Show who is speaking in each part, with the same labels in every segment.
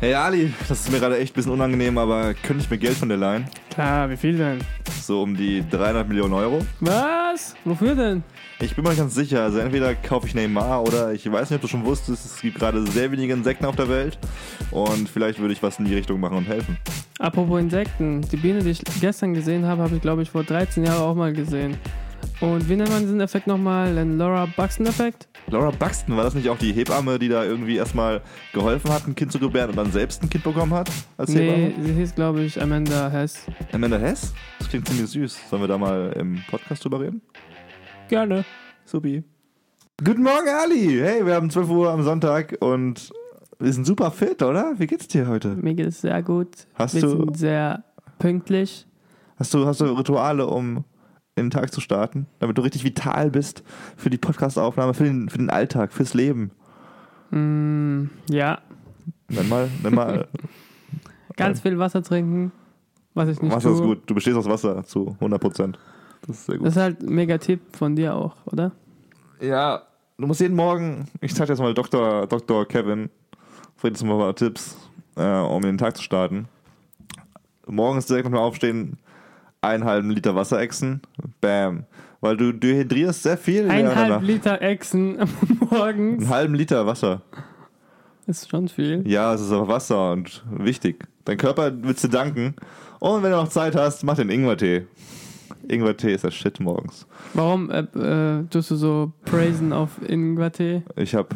Speaker 1: Hey Ali, das ist mir gerade echt ein bisschen unangenehm, aber könnte ich mir Geld von dir leihen?
Speaker 2: Klar, Ah, wie viel denn?
Speaker 1: So um die 300 Millionen Euro?
Speaker 2: Was? Wofür denn?
Speaker 1: Ich bin mir nicht ganz sicher. Also entweder kaufe ich Neymar oder ich weiß nicht, ob du schon wusstest, es gibt gerade sehr wenige Insekten auf der Welt. Und vielleicht würde ich was in die Richtung machen und helfen.
Speaker 2: Apropos Insekten, die Biene, die ich gestern gesehen habe, habe ich glaube ich vor 13 Jahren auch mal gesehen. Und wie nennt man diesen Effekt nochmal? Den Laura Buxton-Effekt?
Speaker 1: Laura Buxton, war das nicht auch die Hebamme, die da irgendwie erstmal geholfen hat, ein Kind zu gebären und dann selbst ein Kind bekommen hat? Als
Speaker 2: Nee,
Speaker 1: Hebamme?
Speaker 2: sie hieß glaube ich Amanda Hess.
Speaker 1: Amanda Hess? Das klingt ziemlich süß. Sollen wir da mal im Podcast drüber reden?
Speaker 2: Gerne.
Speaker 1: Supi. Guten Morgen, Ali! Hey, wir haben 12 Uhr am Sonntag und wir sind super fit, oder? Wie geht's dir heute?
Speaker 2: Mir geht es sehr gut.
Speaker 1: Hast
Speaker 2: Wir
Speaker 1: du-
Speaker 2: sind sehr pünktlich.
Speaker 1: Hast du, hast du Rituale, um in den Tag zu starten? Damit du richtig vital bist für die Podcast-Aufnahme, für den, für den Alltag, fürs Leben.
Speaker 2: Mm, ja,
Speaker 1: Nenn mal, nenn mal.
Speaker 2: ganz viel Wasser trinken, was ich nicht
Speaker 1: Wasser ist
Speaker 2: tue.
Speaker 1: gut. Du bestehst aus Wasser zu 100 Prozent. Das ist sehr gut.
Speaker 2: Das ist halt ein mega Tipp von dir auch, oder?
Speaker 1: Ja, du musst jeden Morgen, ich sag jetzt mal Dr. Dr. Kevin, bringt uns mal ein paar Tipps, äh, um den Tag zu starten. Morgens direkt nochmal aufstehen, einen halben Liter Wasser exen, bam. Weil du dehydrierst sehr viel. während der
Speaker 2: Eineinhalb
Speaker 1: Nacht.
Speaker 2: Liter Echsen morgens
Speaker 1: einen halben Liter Wasser.
Speaker 2: ist schon viel.
Speaker 1: Ja, es ist aber Wasser und wichtig. Dein Körper willst du danken. Und wenn du noch Zeit hast, mach den Ingwertee. Ingwertee ist der Shit morgens.
Speaker 2: Warum äh, äh, tust du so praisen auf Ingwertee?
Speaker 1: Ich habe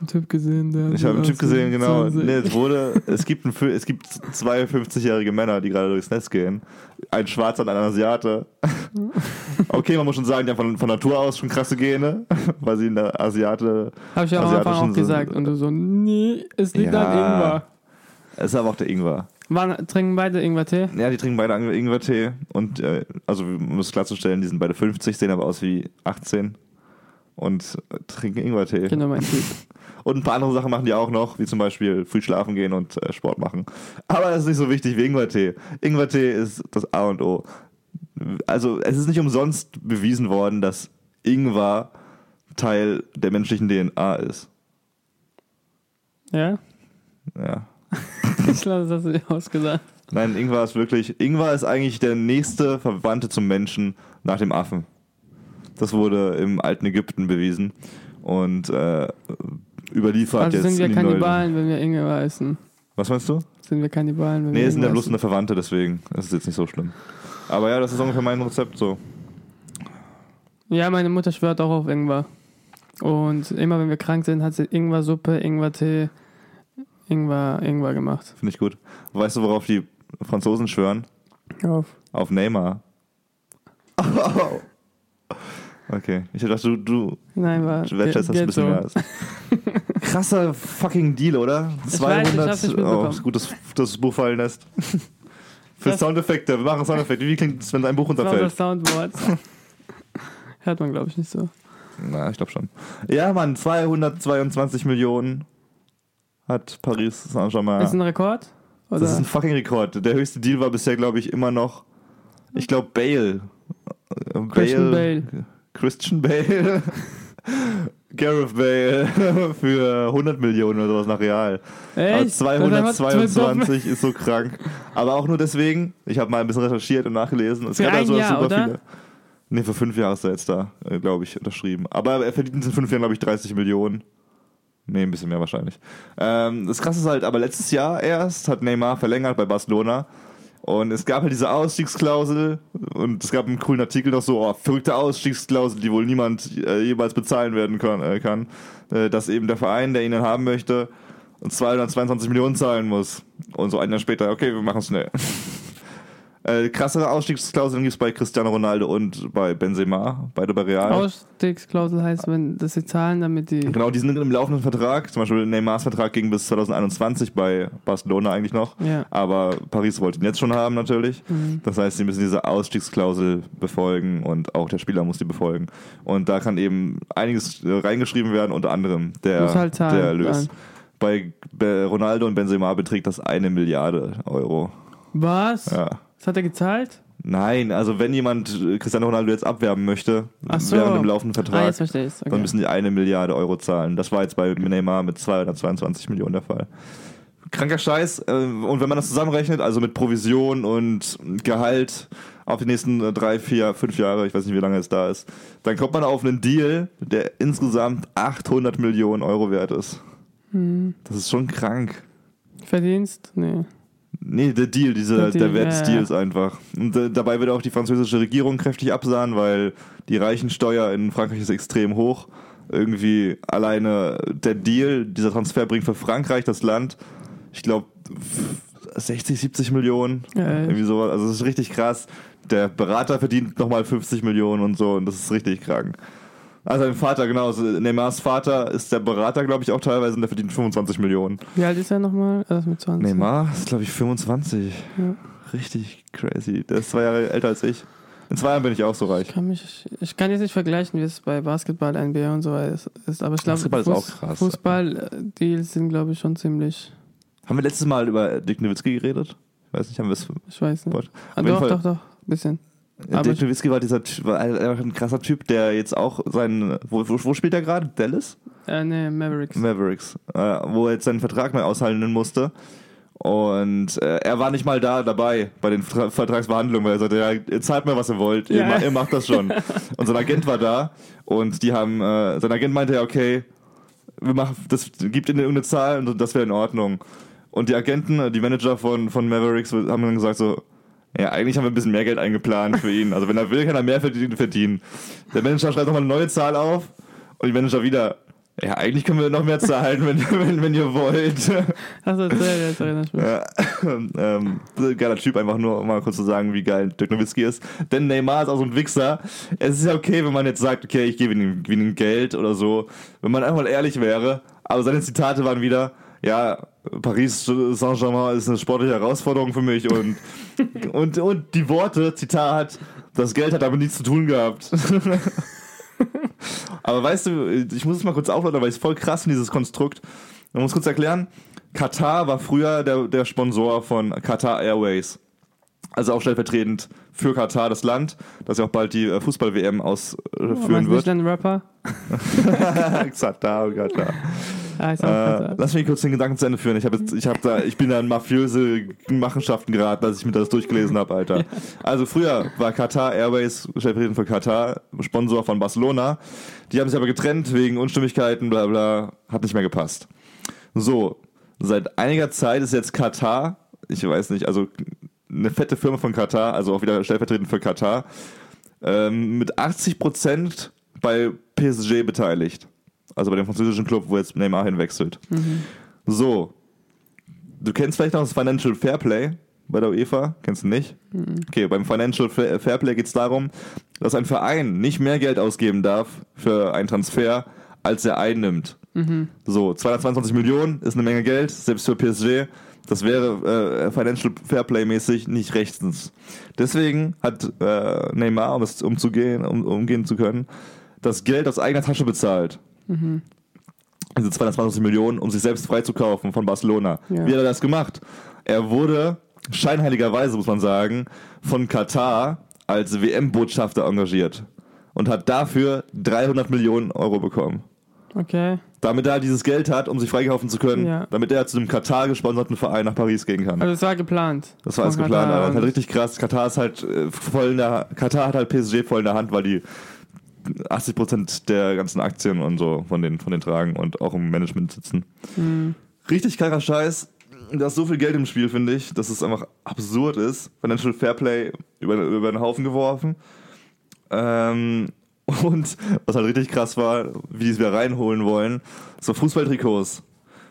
Speaker 2: Einen Typ gesehen, der.
Speaker 1: Ich habe einen Typ gesehen, genau. Nee,
Speaker 2: Nee.
Speaker 1: es wurde, es gibt, ein, Fil- es gibt zwei 50-jährige Männer, die gerade durchs Netz gehen. Ein Schwarzer und ein Asiate. Okay, man muss schon sagen, die haben von, von Natur aus schon krasse Gene, weil sie in der Asiate.
Speaker 2: Hab ich ja am
Speaker 1: Asiatischen
Speaker 2: Anfang auch
Speaker 1: sind-
Speaker 2: gesagt. Und du so, nee, es liegt
Speaker 1: Ja.
Speaker 2: an Ingwer.
Speaker 1: Es ist aber auch der Ingwer.
Speaker 2: Wann trinken beide Ingwertee?
Speaker 1: Ja, die trinken beide Ang- Ingwertee und äh, also um es klarzustellen, die sind beide 50, sehen aber aus wie 18 und äh, trinken Ingwertee.
Speaker 2: Genau mein Typ.
Speaker 1: Und ein paar andere Sachen machen die auch noch, wie zum Beispiel früh schlafen gehen und äh, Sport machen. Aber das ist nicht so wichtig wie Ingwertee. Ingwertee ist das A und O. Also es ist nicht umsonst bewiesen worden, dass Ingwer Teil der menschlichen DNA ist.
Speaker 2: Ja?
Speaker 1: Ja.
Speaker 2: Ich lasse das nicht ausgesagt.
Speaker 1: Nein, Ingwer ist wirklich. Ingwer ist eigentlich der nächste Verwandte zum Menschen nach dem Affen. Das wurde im alten Ägypten bewiesen und äh, überliefert
Speaker 2: Also
Speaker 1: jetzt.
Speaker 2: sind wir
Speaker 1: in die neuen-
Speaker 2: Kannibalen, wenn wir Ingwer essen.
Speaker 1: Was meinst du?
Speaker 2: Sind wir Kannibalen, wenn
Speaker 1: Nee,
Speaker 2: wir
Speaker 1: es sind ja
Speaker 2: Ingwer
Speaker 1: bloß
Speaker 2: essen?
Speaker 1: eine Verwandte, deswegen. Das ist jetzt nicht so schlimm. Aber ja, das ist ungefähr mein Rezept so.
Speaker 2: Ja, meine Mutter schwört auch auf Ingwer. Und immer wenn wir krank sind, hat sie Ingwer-Suppe, Ingwer-Tee, Ingwer, Ingwer gemacht.
Speaker 1: Finde ich gut. Weißt du, worauf die Franzosen schwören?
Speaker 2: Auf.
Speaker 1: Auf Neymar. Okay, ich dachte, du, du
Speaker 2: Nein, war.
Speaker 1: wertschätzt das ein
Speaker 2: geht
Speaker 1: bisschen mehr. als- Krasser fucking Deal, oder?
Speaker 2: Ich weiß, ich hab's nicht
Speaker 1: oh,
Speaker 2: mitbekommen.
Speaker 1: ist gut, dass das Buch fallen lässt. Für
Speaker 2: Das-
Speaker 1: Soundeffekte, wir machen Soundeffekte. Wie klingt es, wenn ein Buch
Speaker 2: Das war
Speaker 1: runterfällt?
Speaker 2: das Soundboard. Hört man, glaube ich, nicht so.
Speaker 1: Na, ich glaube schon. Ja, Mann, 222 Millionen hat Paris Saint-Germain.
Speaker 2: Ist ein Rekord? Oder?
Speaker 1: Ah. Das ist ein fucking Rekord. Der höchste Deal war bisher, glaube ich, immer noch. Ich glaube, Bale. Äh,
Speaker 2: Christian Bale.
Speaker 1: Christian Bale. Gareth Bale für 100 Millionen oder sowas nach Real. Aber
Speaker 2: Echt? Das ist einfach-
Speaker 1: 222 ist so krank. Aber auch nur deswegen, ich habe mal ein bisschen recherchiert und nachgelesen. Es
Speaker 2: Für
Speaker 1: gab ja
Speaker 2: ein
Speaker 1: so
Speaker 2: Jahr,
Speaker 1: super
Speaker 2: oder?
Speaker 1: viele. Nee, für fünf Jahre ist er jetzt da, glaube ich, unterschrieben. Aber er verdient in fünf Jahren, glaube ich, 30 Millionen. Nee, ein bisschen mehr wahrscheinlich. Ähm, das krasse ist halt, aber letztes Jahr erst hat Neymar verlängert bei Barcelona. Und es gab halt diese Ausstiegsklausel und es gab einen coolen Artikel noch so, oh, verrückte Ausstiegsklausel, die wohl niemand äh, jemals bezahlen werden kann, äh, kann äh, dass eben der Verein, der ihn dann haben möchte, 222 Millionen zahlen muss. Und so ein Jahr später, okay, wir machen es schnell. äh, krassere Ausstiegsklauseln gibt es bei Cristiano Ronaldo und bei Benzema, beide bei Real.
Speaker 2: Ausstiegsklausel heißt, wenn, dass sie zahlen, damit die.
Speaker 1: Genau, die sind im laufenden Vertrag. Zum Beispiel Neymars Vertrag ging bis 2021 bei Barcelona eigentlich noch.
Speaker 2: Ja. Mhm.
Speaker 1: Aber Paris wollte ihn jetzt schon haben natürlich. Das heißt, sie müssen diese Ausstiegsklausel befolgen und auch der Spieler muss die befolgen. Und da kann eben einiges äh, reingeschrieben werden, unter anderem der,
Speaker 2: Muss halt zahlen,
Speaker 1: der Erlös.
Speaker 2: zahlen.
Speaker 1: Bei Be- Ronaldo und Benzema beträgt das eine Milliarde Euro.
Speaker 2: Was?
Speaker 1: Ja.
Speaker 2: Das hat er gezahlt?
Speaker 1: Nein, also wenn jemand äh, Cristiano Ronaldo jetzt abwerben möchte,
Speaker 2: Ach so.
Speaker 1: während dem laufenden Vertrag,
Speaker 2: Ah, jetzt verstehe ich es.
Speaker 1: dann
Speaker 2: Okay.
Speaker 1: müssen die eine Milliarde Euro zahlen. Das war jetzt bei Neymar mit 222 Millionen der Fall. Kranker Scheiß. äh, Und wenn man das zusammenrechnet, also mit Provision und Gehalt auf die nächsten äh, drei, vier, fünf Jahre, ich weiß nicht, wie lange es da ist, dann kommt man auf einen Deal, der insgesamt 800 Millionen Euro wert ist.
Speaker 2: Hm.
Speaker 1: Das ist schon krank.
Speaker 2: Verdienst? Nee.
Speaker 1: Nee, der Deal, dieser,
Speaker 2: Der
Speaker 1: der,
Speaker 2: Deal,
Speaker 1: Wert
Speaker 2: ja,
Speaker 1: des
Speaker 2: ja.
Speaker 1: Deals einfach. Und äh, dabei wird auch die französische Regierung kräftig absahen, weil die Reichensteuer in Frankreich ist extrem hoch. Irgendwie alleine der Deal, dieser Transfer bringt für Frankreich das Land, ich glaube, 60, 70 Millionen.
Speaker 2: Ja, echt?
Speaker 1: irgendwie sowas. Also, das ist richtig krass. Der Berater verdient nochmal 50 Millionen und so, und das ist richtig krank. Also, mein Vater, genau. so Neymars Vater ist der Berater, glaube ich, auch teilweise, und der verdient 25 Millionen.
Speaker 2: Wie alt ist er nochmal? Er ist mit 20.
Speaker 1: Neymar ist, glaube ich, 25.
Speaker 2: Ja.
Speaker 1: Richtig crazy. Der ist zwei Jahre älter als ich. In zwei Jahren bin ich auch so
Speaker 2: Ich
Speaker 1: reich.
Speaker 2: kann, mich, ich kann jetzt nicht vergleichen, wie es bei Basketball, NBA und so weiter ist, ist. Aber ich glaube,
Speaker 1: Basketball ist auch krass.
Speaker 2: Fußball-Deals sind, glaube ich, schon ziemlich.
Speaker 1: Haben wir letztes Mal über Dirk Nowitzki geredet? Ich weiß nicht, haben wir es.
Speaker 2: Ich weiß nicht.
Speaker 1: What?
Speaker 2: Ah,
Speaker 1: Auf jeden
Speaker 2: doch,
Speaker 1: Fall-
Speaker 2: doch, doch. Bisschen. Aber
Speaker 1: Dirk
Speaker 2: ich-
Speaker 1: Nowitzki war dieser Ty- war einfach ein krasser Typ, der jetzt auch seinen. Wo, wo, wo spielt er gerade? Dallas?
Speaker 2: Äh, nee, Mavericks.
Speaker 1: Mavericks. Äh, wo er jetzt seinen Vertrag neu aushandeln musste. Und äh, er war nicht mal da dabei bei den Vertra- Vertragsverhandlungen, weil er sagte, ja, ihr zahlt mir, was ihr wollt, ihr,
Speaker 2: Ja.
Speaker 1: ma ihr macht das schon. und sein Agent war da und die haben, äh, sein Agent meinte ja, okay, wir machen, das gibt ihnen irgendeine Zahl und das wäre in Ordnung. Und die Agenten, äh, die Manager von, von Mavericks haben dann gesagt so, ja, eigentlich haben wir ein bisschen mehr Geld eingeplant für ihn. Also wenn er will, kann er mehr verdienen. verdienen. Der Manager schreibt nochmal eine neue Zahl auf und die Manager wieder, ja, eigentlich können wir noch mehr zahlen, wenn, wenn, wenn ihr wollt.
Speaker 2: Hast du erzählt, jetzt erinnere ich mich.
Speaker 1: Ja, ähm, geiler Typ, einfach nur um mal kurz zu sagen, wie geil Dirk Nowitzki ist. Denn Neymar ist auch so ein Wichser. Es ist ja okay, wenn man jetzt sagt, okay, ich gebe ihm, gebe ihm Geld oder so. Wenn man einfach mal ehrlich wäre. Aber seine Zitate waren wieder, ja, Paris Saint-Germain ist eine sportliche Herausforderung für mich und, und, und die Worte, Zitat, das Geld hat damit nichts zu tun gehabt. Aber weißt du, ich muss es mal kurz aufladen, weil es voll krass in dieses Konstrukt. Man muss kurz erklären, Katar war früher der, der Sponsor von Qatar Airways. Also auch stellvertretend für Katar, das Land, das ja auch bald die äh, Fußball-WM ausführen
Speaker 2: Meinst du nicht
Speaker 1: wird.
Speaker 2: ein Rapper?
Speaker 1: Katar, Katar.
Speaker 2: Ah, ist auch
Speaker 1: Äh,
Speaker 2: krasser.
Speaker 1: lass mich kurz den Gedanken zu Ende führen. Ich, hab jetzt, ich, hab da, ich bin da in mafiöse Machenschaften geraten, dass ich mir das durchgelesen habe, Alter. Also früher war Qatar Airways, stellvertretend für Katar, Sponsor von Barcelona. Die haben sich aber getrennt wegen Unstimmigkeiten, bla bla, hat nicht mehr gepasst. So, seit einiger Zeit ist jetzt Katar, ich weiß nicht, also eine fette Firma von Katar, also auch wieder stellvertretend für Katar, ähm, mit 80% bei PSG beteiligt. Also bei dem französischen Club, wo jetzt Neymar hinwechselt. So, du kennst vielleicht noch das Financial Fairplay bei der UEFA, kennst du nicht? Okay, beim Financial Fa- Fairplay geht es darum, dass ein Verein nicht mehr Geld ausgeben darf für einen Transfer, als er einnimmt. So, 222 Millionen ist eine Menge Geld, selbst für PSG. Das wäre äh, Financial Fairplay-mäßig nicht rechtens. Deswegen hat äh, Neymar, um es umzugehen, um, umgehen zu können, das Geld aus eigener Tasche bezahlt. Diese 220 Millionen, um sich selbst freizukaufen von Barcelona.
Speaker 2: Ja.
Speaker 1: Wie hat er das gemacht? Er wurde scheinheiligerweise, muss man sagen, von Katar als WM-Botschafter engagiert und hat dafür 300 Millionen Euro bekommen.
Speaker 2: äh, Okay.
Speaker 1: Damit er dieses Geld hat, um sich freikaufen zu können,
Speaker 2: Ja.
Speaker 1: damit er zu dem Katar gesponserten Verein nach Paris gehen kann.
Speaker 2: Also, es war geplant.
Speaker 1: Das war alles
Speaker 2: Von
Speaker 1: geplant,
Speaker 2: Katar
Speaker 1: aber das ist halt
Speaker 2: und-
Speaker 1: richtig krass. Katar ist halt äh, voll in der Katar hat halt PSG voll in der Hand, weil die 80% der ganzen Aktien und so von den, von den tragen und auch im Management sitzen. Richtig kranker Scheiß. Da ist so viel Geld im Spiel, finde ich, dass es einfach absurd ist. Financial Fairplay über, über den Haufen geworfen. Ähm, und was halt richtig krass war, wie die es wieder reinholen wollen, so Fußballtrikots.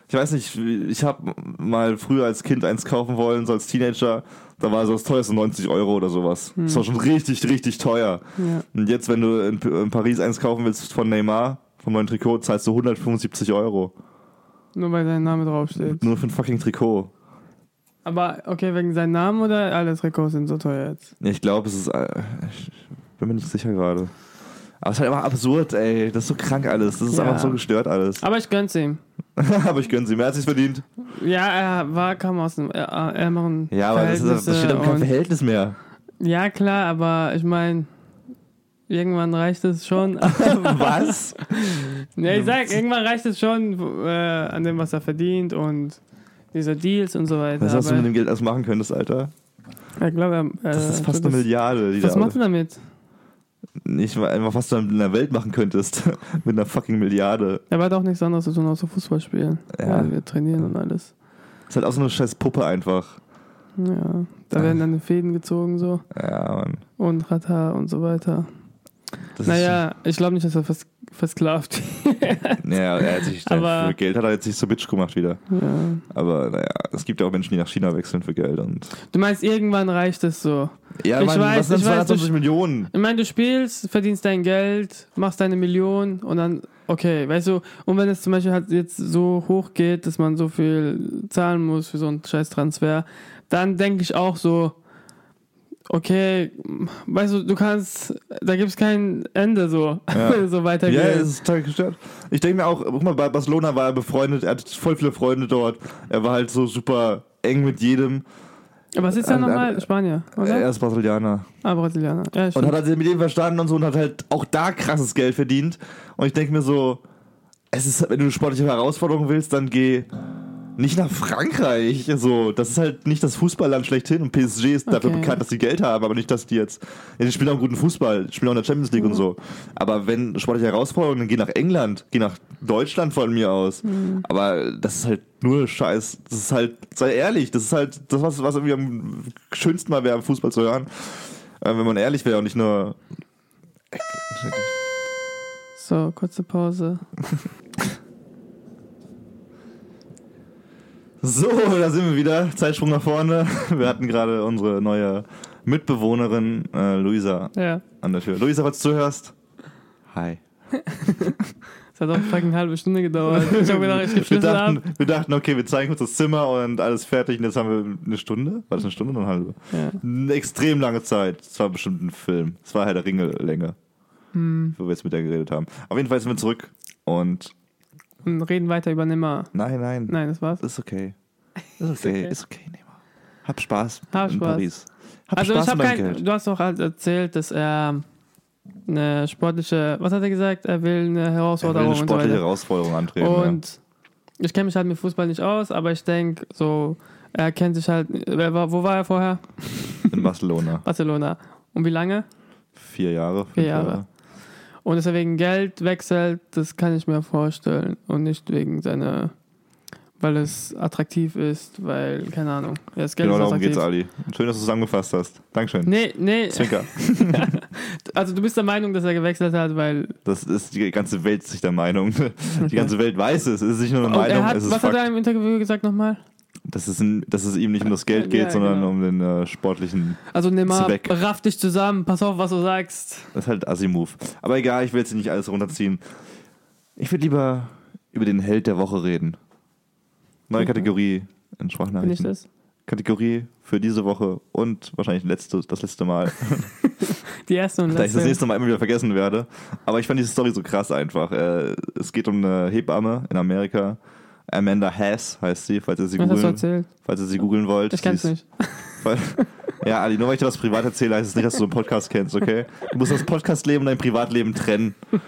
Speaker 1: Ich weiß nicht, ich habe mal früher als Kind eins kaufen wollen, so als Teenager. Da war so das teuerste 90 Euro oder sowas.
Speaker 2: Hm.
Speaker 1: Das war schon richtig, richtig teuer.
Speaker 2: Ja.
Speaker 1: Und jetzt, wenn du in, P- in Paris eins kaufen willst von Neymar, vom neuen Trikot, zahlst du 175 Euro.
Speaker 2: Nur weil sein Name draufsteht.
Speaker 1: Nur für ein fucking Trikot.
Speaker 2: Aber okay, wegen seinem Namen oder alle Trikots sind so teuer jetzt?
Speaker 1: Ja, Ich glaube, es ist. äh, Ich bin mir nicht sicher gerade. Aber es ist halt einfach absurd, ey. Das ist so krank alles. Das ist
Speaker 2: Ja.
Speaker 1: einfach so gestört alles.
Speaker 2: Aber ich gönn's ihm.
Speaker 1: Aber ich gönne sie. Mehr hat sich's verdient.
Speaker 2: Ja, er war, kam aus einem ä- ä- ärmeren
Speaker 1: Ja, aber das, ist, das
Speaker 2: Verhältnisse
Speaker 1: steht doch kein
Speaker 2: und-
Speaker 1: Verhältnis mehr.
Speaker 2: Ja, klar, aber ich meine, irgendwann reicht es schon.
Speaker 1: Was?
Speaker 2: ja, ich sag, irgendwann reicht es schon äh, an dem, was er verdient und diese Deals und so weiter.
Speaker 1: Was hast du
Speaker 2: aber
Speaker 1: mit dem Geld alles machen könntest, Alter?
Speaker 2: ich glaube, er,
Speaker 1: Das
Speaker 2: äh,
Speaker 1: ist
Speaker 2: tut
Speaker 1: fast eine
Speaker 2: es-
Speaker 1: Milliarde, die
Speaker 2: Was
Speaker 1: da
Speaker 2: macht er damit?
Speaker 1: nicht mal einfach was du in der Welt machen könntest mit einer fucking Milliarde.
Speaker 2: Er hat auch nichts anderes zu tun, außer Fußball spielen.
Speaker 1: Ja.
Speaker 2: Ja. wir trainieren und alles.
Speaker 1: Ist halt auch so eine scheiß Puppe einfach.
Speaker 2: Ja, da werden dann Fäden gezogen so
Speaker 1: Ja, Mann.
Speaker 2: und Rata und so weiter.
Speaker 1: Das
Speaker 2: Naja, ich glaube nicht, dass er vers versklavt.
Speaker 1: Ist, naja, er hat sich
Speaker 2: Aber-
Speaker 1: für Geld hat er jetzt nicht so bitch gemacht wieder.
Speaker 2: ja.
Speaker 1: Aber naja, es gibt ja auch Menschen, die nach China wechseln für Geld und.
Speaker 2: Du meinst, irgendwann reicht es so.
Speaker 1: Ja,
Speaker 2: Ich
Speaker 1: Mann,
Speaker 2: weiß,
Speaker 1: was sind
Speaker 2: ich weiß,
Speaker 1: 220 Millionen?
Speaker 2: Ich meine, du spielst, verdienst dein Geld, machst deine Millionen und dann, okay, weißt du, und wenn es zum Beispiel halt jetzt so hoch geht, dass man so viel zahlen muss für so einen scheiß Transfer, dann denke ich auch so, okay, weißt du, du kannst, da gibt es kein Ende so,
Speaker 1: Ja.
Speaker 2: wenn es so weitergeht.
Speaker 1: Ja, es ist total gestört. Ich denke mir auch, guck mal, bei Barcelona war er befreundet, er hat voll viele Freunde dort. Er war halt so super eng mit jedem.
Speaker 2: Aber was ist ja
Speaker 1: An- an-
Speaker 2: nochmal? Spanier, oder?
Speaker 1: Er ist Brasilianer.
Speaker 2: ah, Brasilianer. Ja,
Speaker 1: Und
Speaker 2: stimmt.
Speaker 1: hat halt mit dem verstanden und so und hat halt auch da krasses Geld verdient. Und ich denke mir so, es ist, wenn du eine sportliche Herausforderung willst, dann geh nicht nach Frankreich. So, das ist halt nicht das Fußballland schlechthin. Und PSG ist dafür
Speaker 2: Okay.
Speaker 1: bekannt, dass sie Geld haben, aber nicht, dass die jetzt. Ja, die spielen auch guten Fußball, die spielen auch in der Champions League und so. Aber wenn sportliche Herausforderungen, dann geh nach England, geh nach Deutschland von mir aus. Aber das ist halt nur Scheiß. Das ist halt, sei ehrlich, das ist halt das, was, was irgendwie am schönsten mal wäre, am Fußball zu hören. Äh, wenn man ehrlich wäre und nicht nur.
Speaker 2: So, kurze Pause.
Speaker 1: So, da sind wir wieder. Zeitsprung nach vorne. Wir hatten gerade unsere neue Mitbewohnerin äh, Luisa
Speaker 2: Ja.
Speaker 1: an der Tür. Luisa, falls du zuhörst. Hi.
Speaker 2: Es hat auch fucking eine halbe Stunde gedauert. Ich habe gedacht, ich gebe
Speaker 1: Wir
Speaker 2: Schlüssel ab.
Speaker 1: dachten, wir dachten, okay, wir zeigen uns das Zimmer und alles fertig. Und jetzt haben wir eine Stunde. War das eine Stunde oder eine halbe?
Speaker 2: Ja.
Speaker 1: Eine extrem lange Zeit. Es war bestimmt ein Film. Es war Herr der Ringe Länge,
Speaker 2: Hm.
Speaker 1: wo wir jetzt mit der geredet haben. Auf jeden Fall sind wir zurück. Und
Speaker 2: Und reden weiter über Nimmer.
Speaker 1: nein, nein.
Speaker 2: Nein, das war's.
Speaker 1: Ist okay. Ist okay,
Speaker 2: okay.
Speaker 1: ist okay, Neymar. Hab Spaß
Speaker 2: Hab
Speaker 1: in
Speaker 2: Spaß.
Speaker 1: Paris. Hab
Speaker 2: Also
Speaker 1: Spaß
Speaker 2: ich habe
Speaker 1: beim
Speaker 2: kein.
Speaker 1: Geld.
Speaker 2: Du hast doch halt erzählt, dass er eine sportliche. Was hat er gesagt? Er
Speaker 1: Er
Speaker 2: will eine
Speaker 1: will eine
Speaker 2: Herausforderung
Speaker 1: sportliche
Speaker 2: und
Speaker 1: Herausforderung
Speaker 2: so
Speaker 1: antreten.
Speaker 2: weiter. Und ich kenne mich halt mit Fußball nicht aus, aber ich denke, so er kennt sich halt. Wer war, wo war er vorher?
Speaker 1: ja. In Barcelona.
Speaker 2: Barcelona. Und wie lange?
Speaker 1: Vier Jahre. fünf
Speaker 2: Vier Jahre. Und dass er wegen Geld wechselt, das kann ich mir vorstellen und nicht wegen seiner, weil es attraktiv ist, weil keine Ahnung. Ja, das Geld
Speaker 1: Genau
Speaker 2: ist
Speaker 1: darum
Speaker 2: attraktiv.
Speaker 1: geht's, Ali. Schön, dass du zusammengefasst hast. Dankeschön.
Speaker 2: Nee, nee,
Speaker 1: Zwinker.
Speaker 2: also du bist der Meinung, dass er gewechselt hat, weil
Speaker 1: Das ist die ganze Welt sich der Meinung. Die ganze Welt weiß es. Es ist nicht nur eine
Speaker 2: Und
Speaker 1: Meinung,
Speaker 2: er hat,
Speaker 1: es ist
Speaker 2: was hat er
Speaker 1: Fakt.
Speaker 2: im Interview gesagt nochmal?
Speaker 1: Dass es, n- dass es ihm nicht um das Geld geht,
Speaker 2: Ja,
Speaker 1: sondern
Speaker 2: genau.
Speaker 1: um den äh, sportlichen.
Speaker 2: Also Neymar,
Speaker 1: Ist weg.
Speaker 2: raff dich zusammen, pass auf, was du sagst.
Speaker 1: Das ist halt Assi-Move. Aber egal, ich will jetzt nicht alles runterziehen. Ich würde lieber über den Held der Woche reden. Neue
Speaker 2: Mhm.
Speaker 1: Kategorie in
Speaker 2: Bin ich
Speaker 1: Sprachnachrichten.
Speaker 2: das?
Speaker 1: Kategorie für diese Woche und wahrscheinlich letzte, das letzte Mal,
Speaker 2: Die erste und
Speaker 1: da ich das
Speaker 2: letzte.
Speaker 1: nächste Mal immer wieder vergessen werde. Aber ich fand diese Story so krass einfach. Äh, Es geht um eine Hebamme in Amerika. Amanda Hess heißt sie, falls ihr sie
Speaker 2: Was hast du
Speaker 1: googeln,
Speaker 2: erzählt?
Speaker 1: falls ihr sie googeln wollt.
Speaker 2: Ich kenn's
Speaker 1: Sie ist-
Speaker 2: nicht.
Speaker 1: Weil, ja, Ali, nur weil ich dir das privat erzähle, heißt es nicht, dass du einen Podcast kennst, okay? Du musst das Podcastleben und dein Privatleben trennen. Du,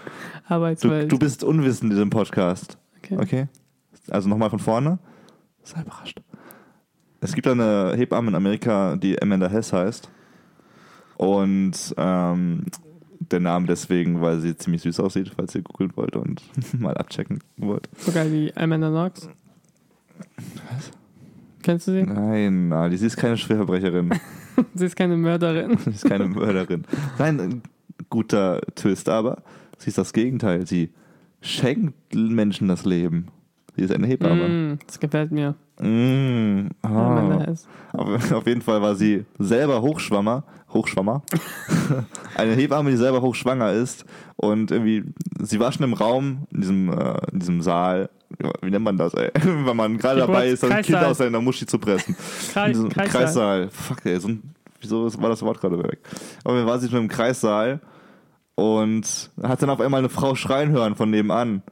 Speaker 2: Arbeitswelt.
Speaker 1: du bist unwissend in diesem Podcast.
Speaker 2: okay.
Speaker 1: Okay. Also nochmal von vorne. Hm. Sei überrascht. Es gibt eine Hebamme in Amerika, die Amanda Hess heißt. Und ähm, der Name deswegen, weil sie ziemlich süß aussieht, falls ihr googeln wollt und mal abchecken wollt.
Speaker 2: Sogar die Amanda Knox.
Speaker 1: Was?
Speaker 2: Kennst du sie?
Speaker 1: Nein, Ali, sie ist keine Schwerverbrecherin.
Speaker 2: Sie ist keine Mörderin.
Speaker 1: Sie ist keine Mörderin. Nein, ein guter Twist, aber sie ist das Gegenteil. Sie schenkt Menschen das Leben. Sie ist eine Hebamme.
Speaker 2: Mm, das gefällt mir.
Speaker 1: Mm.
Speaker 2: Amanda
Speaker 1: Ah.
Speaker 2: Hess.
Speaker 1: Auf, auf jeden Fall war sie selber Hochschwammer, Hochschwammer, eine Hebamme, die selber hochschwanger ist und irgendwie, sie war schon im Raum, in diesem, äh, in diesem Saal, wie nennt man das, ey, wenn man gerade
Speaker 2: Ich
Speaker 1: dabei
Speaker 2: wollte-
Speaker 1: ist, ein Kind
Speaker 2: Kreissaal.
Speaker 1: aus einer Muschi zu pressen. In
Speaker 2: Kreis,
Speaker 1: diesem
Speaker 2: Kreissaal.
Speaker 1: Kreissaal. Fuck, ey, so ein, wieso ist- war das Wort gerade weg? Aber wir waren sie schon im Kreissaal und hat dann auf einmal eine Frau schreien hören von nebenan.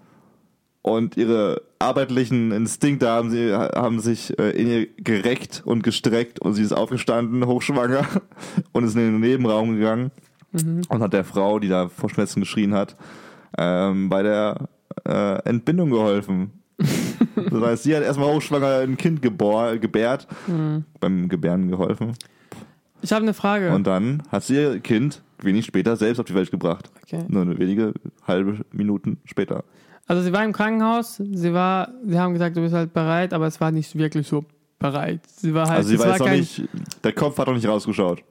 Speaker 1: und ihre arbeitlichen Instinkte haben, sie, haben sich äh, in ihr gereckt und gestreckt und sie ist aufgestanden, hochschwanger und ist in den Nebenraum gegangen
Speaker 2: Mhm.
Speaker 1: und hat der Frau, die da vor Schmerzen geschrien hat, ähm, bei der äh, Entbindung geholfen. das heißt, sie hat erstmal hochschwanger ein Kind gebor gebärt, beim Gebären geholfen
Speaker 2: Ich habe eine Frage.
Speaker 1: und dann hat sie ihr Kind wenig später selbst auf die Welt gebracht.
Speaker 2: okay.
Speaker 1: Nur eine wenige halbe Minuten später.
Speaker 2: Also sie war im Krankenhaus, sie war, sie haben gesagt, du bist halt bereit, aber es war nicht wirklich so bereit. Sie war halt,
Speaker 1: Also sie
Speaker 2: es
Speaker 1: weiß
Speaker 2: war
Speaker 1: noch nicht, der Kopf hat noch nicht rausgeschaut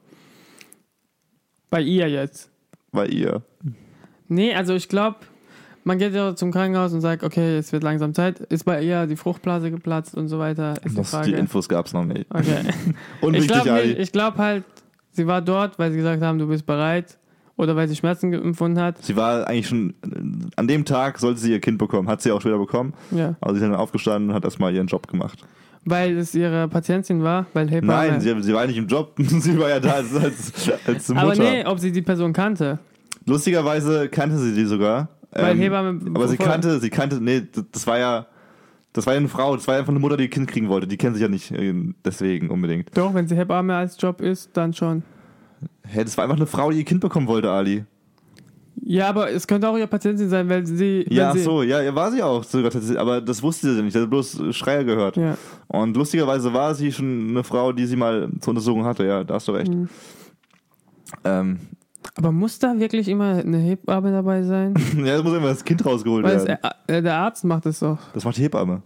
Speaker 2: bei ihr jetzt.
Speaker 1: bei ihr.
Speaker 2: Nee, also ich glaube, man geht ja zum Krankenhaus und sagt, okay, es wird langsam Zeit. Ist bei ihr die Fruchtblase geplatzt und so weiter? Ist
Speaker 1: Das,
Speaker 2: die Frage.
Speaker 1: die Infos gab es noch nicht.
Speaker 2: okay. ich
Speaker 1: Unwichtig,
Speaker 2: glaube
Speaker 1: Ali.
Speaker 2: ich glaub halt, sie war dort, weil sie gesagt haben, du bist bereit. Oder weil sie Schmerzen ge- empfunden hat.
Speaker 1: Sie war eigentlich schon, an dem Tag sollte sie ihr Kind bekommen, hat sie auch später bekommen,
Speaker 2: Ja.
Speaker 1: aber sie ist dann aufgestanden und hat erstmal ihren Job gemacht.
Speaker 2: Weil es ihre Patientin war, weil Hebamme.
Speaker 1: Nein, sie, sie war nicht im Job, sie war ja da als, als, als Mutter.
Speaker 2: aber nee, ob sie die Person kannte.
Speaker 1: Lustigerweise kannte sie die sogar.
Speaker 2: Weil Hebamme-
Speaker 1: Ähm, aber sie
Speaker 2: vorher-
Speaker 1: kannte, sie kannte, nee, d- das war ja, das war ja eine Frau, das war ja einfach eine Mutter, die ihr Kind kriegen wollte. Die kennen sich ja nicht äh, deswegen unbedingt.
Speaker 2: Doch, wenn sie Hebamme als Job ist, dann schon.
Speaker 1: Hä, das war einfach eine Frau, die ihr Kind bekommen wollte, Ali.
Speaker 2: Ja, aber es könnte auch ihre Patientin sein, weil sie.
Speaker 1: Ja, ach
Speaker 2: wenn sie,
Speaker 1: so, ja, ja, war sie auch sogar tatsächlich, aber das wusste sie nicht, sie hat bloß äh, Schreie gehört.
Speaker 2: Ja.
Speaker 1: Und lustigerweise war sie schon eine Frau, die sie mal zur Untersuchung hatte, ja, da hast du recht.
Speaker 2: Mhm.
Speaker 1: Ähm,
Speaker 2: Aber muss da wirklich immer eine Hebamme dabei sein?
Speaker 1: ja, es muss immer das Kind rausgeholt
Speaker 2: Weil es,
Speaker 1: werden.
Speaker 2: äh, der Arzt macht es doch.
Speaker 1: Das macht die Hebamme.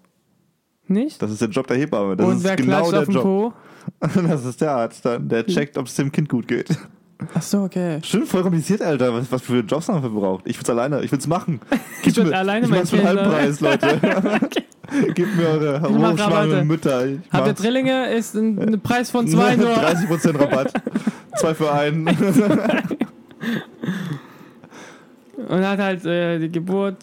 Speaker 2: Nicht?
Speaker 1: Das ist der Job der Hebamme. Das
Speaker 2: Und
Speaker 1: ist
Speaker 2: wer
Speaker 1: genau
Speaker 2: klatscht
Speaker 1: der
Speaker 2: auf den
Speaker 1: Job.
Speaker 2: Po? Hm.
Speaker 1: Das ist der Arzt dann, der checkt, ob es dem Kind gut geht.
Speaker 2: Ach so, okay.
Speaker 1: Stimmt, voll kompliziert, Alter, was, was für Jobs man dafür braucht. Ich will's alleine, ich will's machen.
Speaker 2: Ich würd alleine
Speaker 1: ich
Speaker 2: mein
Speaker 1: mach's für
Speaker 2: Kind,
Speaker 1: Halbpreis, Leute. Gebt mir eure
Speaker 2: mach Rabatte.
Speaker 1: hochschwangeren Mütter. Ich
Speaker 2: Habt ihr
Speaker 1: mach's.
Speaker 2: Drillinge? Ist ein,
Speaker 1: Äh,
Speaker 2: ein Preis von zwei nur.
Speaker 1: 30% Rabatt. zwei für einen.
Speaker 2: Und hat halt äh, die Geburt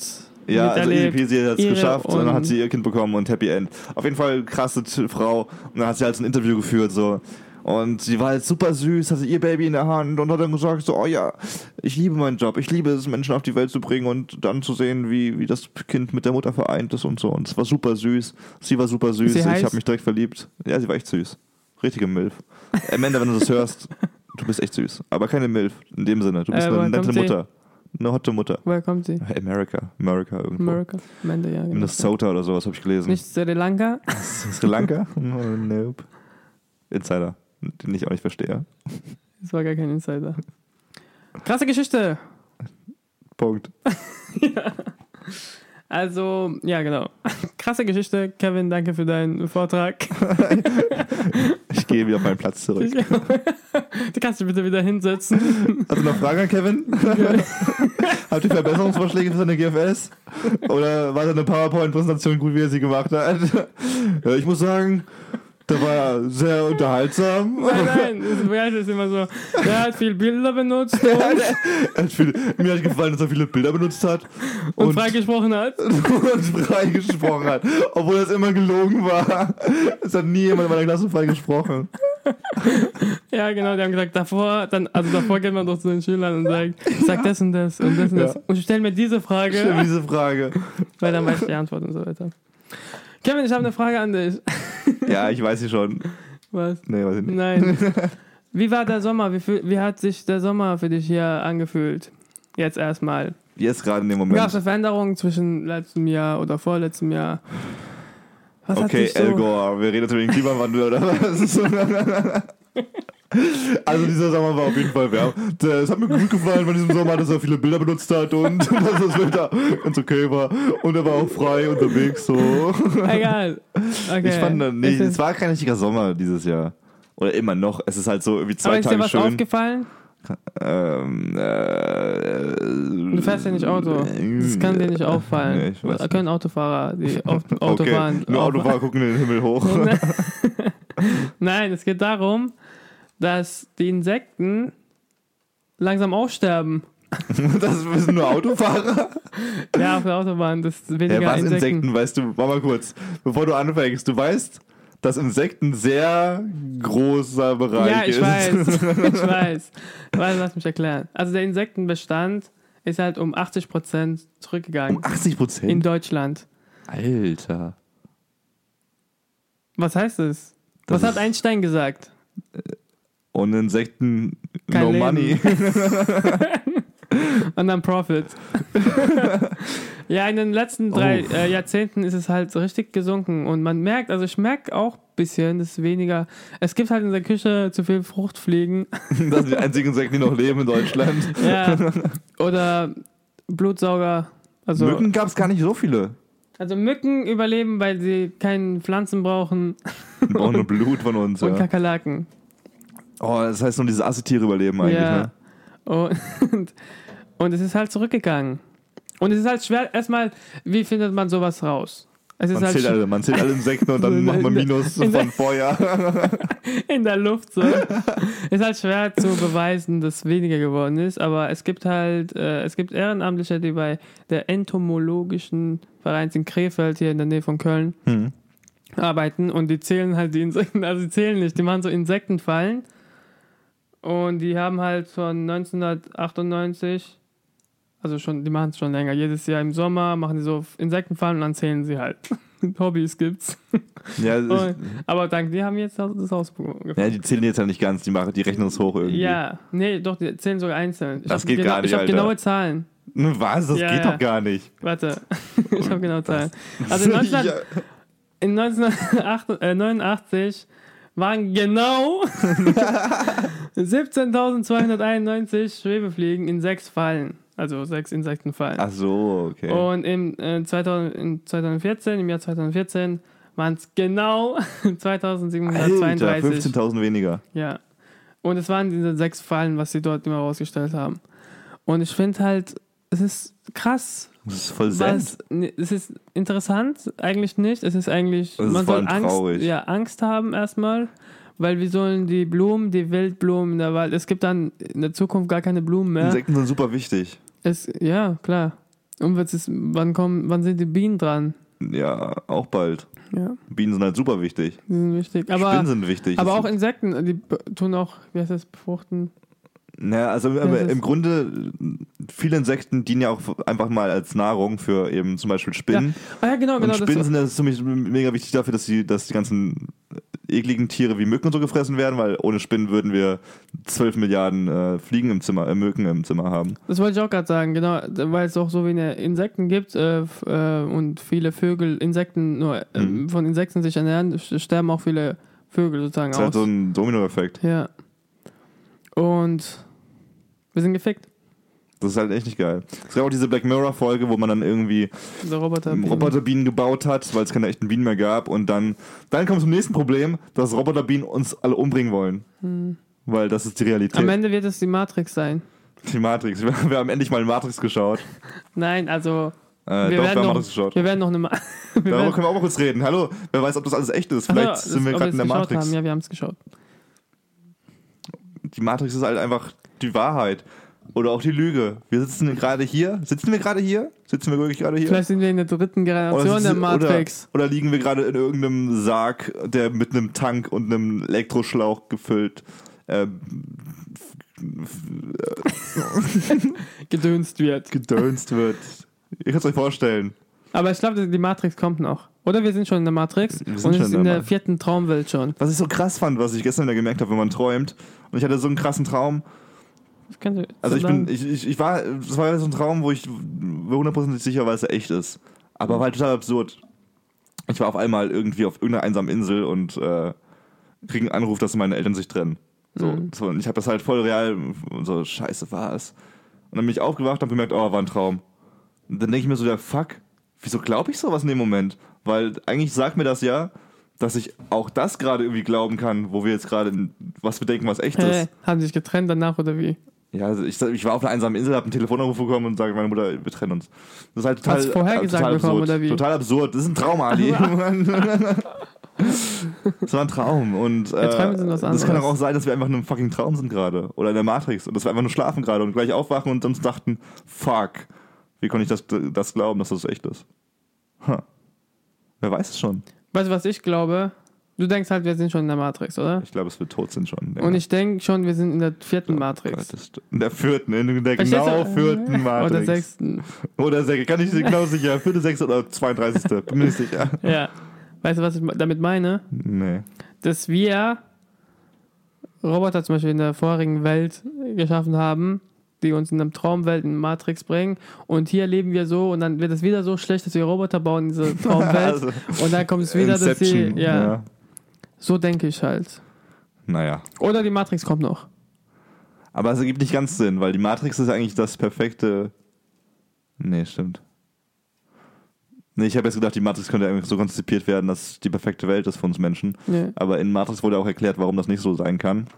Speaker 1: Ja, also
Speaker 2: miterlebt.
Speaker 1: EDP, sie hat es
Speaker 2: ihre
Speaker 1: geschafft und, dann
Speaker 2: und-
Speaker 1: hat sie ihr Kind bekommen und Happy End. Auf jeden Fall krasse T- Frau und dann hat sie halt so ein Interview geführt so. Und sie war halt super süß, hatte ihr Baby in der Hand und hat dann gesagt so, oh ja, ich liebe meinen Job, ich liebe es, Menschen auf die Welt zu bringen und dann zu sehen, wie, wie das Kind mit der Mutter vereint ist und so. Und es war super süß, sie war super süß,
Speaker 2: Sie
Speaker 1: ich
Speaker 2: heißt-
Speaker 1: habe mich direkt verliebt. Ja, sie war echt süß. Richtige Milf. Amanda, wenn du das hörst, du bist echt süß. Aber keine Milf in dem Sinne, du bist
Speaker 2: Äh,
Speaker 1: eine
Speaker 2: woher
Speaker 1: nette
Speaker 2: kommt sie?
Speaker 1: Mutter. Eine hotte Mutter.
Speaker 2: Woher kommt sie?
Speaker 1: America, America irgendwo.
Speaker 2: America. Mende, ja. Genau.
Speaker 1: Minnesota oder sowas habe ich gelesen.
Speaker 2: Nicht Sri Lanka?
Speaker 1: Sri Lanka? Oh, nope. Insider, den ich auch nicht verstehe.
Speaker 2: Das war gar kein Insider. Krasse Geschichte.
Speaker 1: Punkt.
Speaker 2: Also, ja, genau. Krasse Geschichte. Kevin, danke für deinen Vortrag.
Speaker 1: Ich gehe wieder auf meinen Platz zurück.
Speaker 2: Du kannst dich bitte wieder hinsetzen.
Speaker 1: Also noch Fragen an Kevin? Habt ihr Verbesserungsvorschläge für seine GFS? Oder war seine PowerPoint-Präsentation gut, wie er sie gemacht hat? Ja, ich muss sagen, da war er sehr unterhaltsam.
Speaker 2: Nein, nein, das Begeistert ist immer so. Der hat viel Bilder benutzt
Speaker 1: Er
Speaker 2: und,
Speaker 1: hat viel, mir hat gefallen, dass er viele Bilder benutzt hat.
Speaker 2: und frei gesprochen hat.
Speaker 1: und freigesprochen hat. Obwohl das immer gelogen war. Es hat nie jemand in meiner Klasse freigesprochen.
Speaker 2: Ja, genau, die haben gesagt, davor, dann, also davor geht man doch zu den Schülern und sagt, sag das und das und das und das.
Speaker 1: Ja.
Speaker 2: Und stell mir diese
Speaker 1: Ich stelle
Speaker 2: Frage,
Speaker 1: diese Frage.
Speaker 2: weil dann weiß ich die Antwort und so weiter. Kevin, ich habe eine Frage an dich.
Speaker 1: Ja, ich weiß sie schon.
Speaker 2: Was?
Speaker 1: Nee, weiß ich nicht.
Speaker 2: Nein. Wie war der Sommer? Wie, fühl- wie hat sich der Sommer für dich hier angefühlt? Jetzt erstmal.
Speaker 1: Jetzt gerade in dem
Speaker 2: Gab es
Speaker 1: Moment.
Speaker 2: eine Veränderung zwischen letztem Jahr oder vorletztem Jahr? Was hat
Speaker 1: Okay,
Speaker 2: dich so-
Speaker 1: El Gore, wir reden jetzt über den Klimawandel oder was? Also dieser Sommer war auf jeden Fall wärm. Es hat mir gut gefallen bei diesem Sommer, dass er viele Bilder benutzt hat und dass das Wetter ganz okay war. Und er war auch frei unterwegs so.
Speaker 2: Egal. Okay.
Speaker 1: Ich fand dann nicht,
Speaker 2: Ist
Speaker 1: es war kein richtiger Sommer dieses Jahr. Oder immer noch. Es ist halt so irgendwie
Speaker 2: aber
Speaker 1: zwei
Speaker 2: ist dir
Speaker 1: Tage
Speaker 2: was
Speaker 1: schön.
Speaker 2: aufgefallen?
Speaker 1: Ähm, äh,
Speaker 2: Du fährst ja nicht Auto. Das kann dir nicht auffallen.
Speaker 1: Nee, ich weiß
Speaker 2: Da können Autofahrer, die auf Auto fahren. Oh.
Speaker 1: Okay, nur
Speaker 2: auf-
Speaker 1: Autofahrer gucken in den Himmel hoch.
Speaker 2: Nein, es geht darum, dass die Insekten langsam aussterben.
Speaker 1: das wissen nur Autofahrer.
Speaker 2: Ja, auf der Autobahn, das ist weniger
Speaker 1: Ja, was Insekten.
Speaker 2: Insekten.
Speaker 1: weißt du, mach mal kurz, bevor du anfängst. Du weißt, dass Insekten sehr großer Bereich
Speaker 2: Ja, ich
Speaker 1: ist.
Speaker 2: weiß. ich weiß. Warte, lass mich erklären. Also der Insektenbestand ist halt um 80% zurückgegangen
Speaker 1: Um 80
Speaker 2: in
Speaker 1: Prozent.
Speaker 2: Deutschland.
Speaker 1: Alter.
Speaker 2: Was heißt es?
Speaker 1: Das
Speaker 2: Was hat
Speaker 1: ist-
Speaker 2: Einstein gesagt?
Speaker 1: Und Insekten,
Speaker 2: Kein
Speaker 1: no
Speaker 2: Leben.
Speaker 1: money.
Speaker 2: Und dann Profit. ja, in den letzten drei
Speaker 1: Oh.
Speaker 2: äh, Jahrzehnten ist es halt so richtig gesunken. Und man merkt, also ich merke auch ein bisschen, dass weniger. Es gibt halt in der Küche zu viel Fruchtfliegen.
Speaker 1: Das sind die einzigen Insekten, die noch leben in Deutschland.
Speaker 2: Ja. Oder Blutsauger. Also
Speaker 1: Mücken gab es gar nicht so viele.
Speaker 2: also Mücken überleben, weil sie keine Pflanzen brauchen
Speaker 1: Die brauchen nur Blut von uns.
Speaker 2: und
Speaker 1: Ja.
Speaker 2: Kakerlaken.
Speaker 1: Oh, das heißt nur diese Assetiere überleben eigentlich.
Speaker 2: ja.
Speaker 1: Ne?
Speaker 2: Und, und es ist halt zurückgegangen. Und es ist halt schwer, erstmal, wie findet man sowas raus? Es ist
Speaker 1: Man,
Speaker 2: halt ne,
Speaker 1: zählt also alle, man zählt alle Insekten und dann
Speaker 2: In
Speaker 1: macht man
Speaker 2: der-
Speaker 1: Minus
Speaker 2: in der-
Speaker 1: von vorher.
Speaker 2: in der Luft so. ist halt schwer zu beweisen, dass weniger geworden ist, aber es gibt halt, äh, es gibt Ehrenamtliche, die bei der entomologischen Vereins in Krefeld hier in der Nähe von Köln
Speaker 1: Hm.
Speaker 2: arbeiten und die zählen halt die Insekten, also die zählen nicht, die machen so Insektenfallen und die haben halt von 1998 also schon, die machen es schon länger. Jedes Jahr im Sommer machen die so Insektenfallen und dann zählen sie halt. Hobbys gibt's.
Speaker 1: Ja, das ist,
Speaker 2: Aber danke, die haben jetzt das Haus gefunden.
Speaker 1: ja, die zählen jetzt ja nicht ganz, die, machen, die rechnen es hoch irgendwie.
Speaker 2: Ja, nee, doch, die zählen sogar einzeln. Ich
Speaker 1: Das
Speaker 2: hab
Speaker 1: geht
Speaker 2: genau,
Speaker 1: gar nicht,
Speaker 2: Ich habe
Speaker 1: Alter.
Speaker 2: genaue Zahlen.
Speaker 1: Ne, Was? Das
Speaker 2: Ja,
Speaker 1: geht
Speaker 2: ja.
Speaker 1: doch gar nicht.
Speaker 2: Warte, ich habe genaue Zahlen. Also in, 19,
Speaker 1: Ja.
Speaker 2: in 1989 waren genau 17.291 Schwebefliegen in sechs Fallen. Also sechs Insektenfallen.
Speaker 1: Ach so, okay.
Speaker 2: Und im, äh, 2000, in 2014, im Jahr 2014 waren es genau
Speaker 1: Alter,
Speaker 2: 2732.
Speaker 1: 15.000 weniger.
Speaker 2: Ja. Und es waren diese sechs Fallen, was sie dort immer rausgestellt haben. Und ich finde halt, es ist krass.
Speaker 1: Das ist voll
Speaker 2: Was,
Speaker 1: Senf.
Speaker 2: ne, es ist interessant, eigentlich nicht. Es ist eigentlich,
Speaker 1: Es ist
Speaker 2: man
Speaker 1: vor
Speaker 2: soll
Speaker 1: allem
Speaker 2: Angst,
Speaker 1: traurig.
Speaker 2: Ja, Angst haben erstmal, weil wir sollen die Blumen, die Wildblumen in der Wald, es gibt dann in der Zukunft gar keine Blumen mehr.
Speaker 1: Insekten sind super wichtig.
Speaker 2: Es, ja, klar. Und was ist, wann kommen, wann sind die Bienen dran?
Speaker 1: Ja, auch bald.
Speaker 2: Ja,
Speaker 1: Bienen sind halt super wichtig.
Speaker 2: die sind wichtig.
Speaker 1: Spinnen
Speaker 2: Aber,
Speaker 1: sind wichtig.
Speaker 2: aber
Speaker 1: Es
Speaker 2: auch Insekten, die be- tun auch, wie heißt das, befruchten.
Speaker 1: Naja, also aber
Speaker 2: das-
Speaker 1: im Grunde, viele Insekten dienen ja auch einfach mal als Nahrung für eben zum Beispiel Spinnen.
Speaker 2: Ah ja, genau, genau.
Speaker 1: und
Speaker 2: das-
Speaker 1: Spinnen sind ja ziemlich mega wichtig dafür, dass die, dass die ganzen ekligen Tiere wie Mücken und so gefressen werden, weil ohne Spinnen würden wir 12 Milliarden äh, Fliegen im Zimmer, äh, Mücken im Zimmer haben.
Speaker 2: Das wollte ich auch gerade sagen, genau, weil es auch so wenig Insekten gibt äh, f- äh, und viele Vögel, Insekten nur äh,
Speaker 1: Mhm.
Speaker 2: von Insekten sich ernähren, sch- sterben auch viele Vögel sozusagen
Speaker 1: Das
Speaker 2: aus.
Speaker 1: ist halt so ein Dominoeffekt.
Speaker 2: ja. Und wir sind gefickt,
Speaker 1: Das ist halt echt nicht geil. Es gab auch diese Black Mirror-Folge, wo man dann irgendwie
Speaker 2: der Roboter.
Speaker 1: Roboterbienen gebaut hat, weil es keine echten Bienen mehr gab. Und dann, dann kommt zum nächsten Problem, dass Roboterbienen uns alle umbringen wollen. Weil das ist die Realität.
Speaker 2: Hm. Am Ende wird es die Matrix sein.
Speaker 1: Die Matrix. Wir, wir haben endlich mal Matrix geschaut.
Speaker 2: Nein, also
Speaker 1: Äh,
Speaker 2: wir,
Speaker 1: doch, wir haben
Speaker 2: werden noch,
Speaker 1: Matrix geschaut.
Speaker 2: wir werden noch eine Ma wir
Speaker 1: Darüber
Speaker 2: werden,
Speaker 1: können wir auch mal kurz reden. Hallo, wer weiß, ob das alles echt ist.
Speaker 2: Ach so,
Speaker 1: Vielleicht
Speaker 2: das-
Speaker 1: sind wir
Speaker 2: ob
Speaker 1: gerade in
Speaker 2: es
Speaker 1: der
Speaker 2: geschaut
Speaker 1: Matrix.
Speaker 2: Haben. Ja, wir haben es geschaut.
Speaker 1: Die Matrix ist halt einfach die Wahrheit. Oder auch die Lüge. Wir sitzen gerade hier. Sitzen wir gerade hier? Sitzen wir wirklich gerade hier?
Speaker 2: Vielleicht sind wir in der dritten Generation der
Speaker 1: sitzen-
Speaker 2: Matrix.
Speaker 1: Oder, oder liegen wir gerade in irgendeinem Sarg, der mit einem Tank und einem Elektroschlauch gefüllt äh,
Speaker 2: Gedönst wird.
Speaker 1: gedönst wird. Ihr könnt es euch vorstellen.
Speaker 2: Aber ich glaube, die Matrix kommt noch. Oder wir sind schon in der Matrix
Speaker 1: Wir sind
Speaker 2: und
Speaker 1: schon
Speaker 2: es ist
Speaker 1: in
Speaker 2: in
Speaker 1: der
Speaker 2: der
Speaker 1: Ma-
Speaker 2: vierten Traumwelt schon.
Speaker 1: Was ich so krass fand, was ich gestern wieder gemerkt habe, wenn man träumt. Und ich hatte so einen krassen Traum.
Speaker 2: Das könnte-
Speaker 1: Also
Speaker 2: so
Speaker 1: ich bin,
Speaker 2: lang-
Speaker 1: ich, ich, ich war, es war so ein Traum, wo ich hundertprozentig sicher war, dass er echt ist. Aber war halt total absurd. Ich war auf einmal irgendwie auf irgendeiner einsamen Insel und äh, kriege einen Anruf, dass meine Eltern sich trennen. So, so und ich habe das halt voll real und so Scheiße war es. Und dann bin ich aufgewacht und habe gemerkt, oh, war ein Traum. Und dann denke ich mir so, der Fuck, wieso glaube ich sowas in dem Moment? Weil eigentlich sagt mir das ja, dass ich auch das gerade irgendwie glauben kann, wo wir jetzt gerade, was wir denken, was echt ist.
Speaker 2: Hä? haben sie sich getrennt danach oder wie?
Speaker 1: Ja, also ich, ich war auf einer einsamen Insel, habe einen Telefonanruf bekommen und sage meine Mutter, wir trennen uns. Das ist halt total,
Speaker 2: Hast du vorher
Speaker 1: äh,
Speaker 2: gesagt
Speaker 1: total
Speaker 2: bekommen,
Speaker 1: absurd.
Speaker 2: oder wie?
Speaker 1: Total absurd. Das ist ein Traum, Ali. das war ein Traum. Und äh,
Speaker 2: Träume sind was
Speaker 1: das kann
Speaker 2: anderes.
Speaker 1: doch auch sein, dass wir einfach in einem fucking Traum sind gerade. Oder in der Matrix. Und dass wir einfach nur schlafen gerade und gleich aufwachen und uns dachten, fuck, wie konnte ich das, das glauben, dass das echt ist? Huh. Wer weiß es schon.
Speaker 2: Weißt du, was ich glaube? Du denkst halt, wir sind schon in der Matrix, oder?
Speaker 1: Ich halt- Oh glaube, es wird tot sind schon.
Speaker 2: Und ich denke schon, wir sind in der vierten Matrix.
Speaker 1: Matrix. In der vierten, in der
Speaker 2: Verstehst
Speaker 1: genau
Speaker 2: du?
Speaker 1: vierten Matrix.
Speaker 2: Oder sechsten.
Speaker 1: Oder sechs, kann ich nicht genau sicher. Vierte, sechste oder 32. Bin mir nicht sicher.
Speaker 2: Ja. Weißt du, was ich damit meine?
Speaker 1: Nee.
Speaker 2: Dass wir Roboter zum Beispiel in der vorigen Welt geschaffen haben, die uns in einer Traumwelt in Matrix bringen. Und hier leben wir so und dann wird es wieder so schlecht, dass wir Roboter bauen in diese Traumwelt.
Speaker 1: Also,
Speaker 2: und dann kommt es wieder, dass
Speaker 1: Inception.
Speaker 2: sie. Ja, So denke ich halt.
Speaker 1: Naja.
Speaker 2: Oder die Matrix kommt noch.
Speaker 1: Aber es ergibt nicht ganz Sinn, weil die Matrix ist eigentlich das perfekte. Nee, stimmt. Nee, ich habe jetzt gedacht, die Matrix könnte eigentlich so konzipiert werden, dass es die perfekte Welt ist für uns Menschen.
Speaker 2: Nee,
Speaker 1: Aber in Matrix wurde auch erklärt, warum das nicht so sein kann.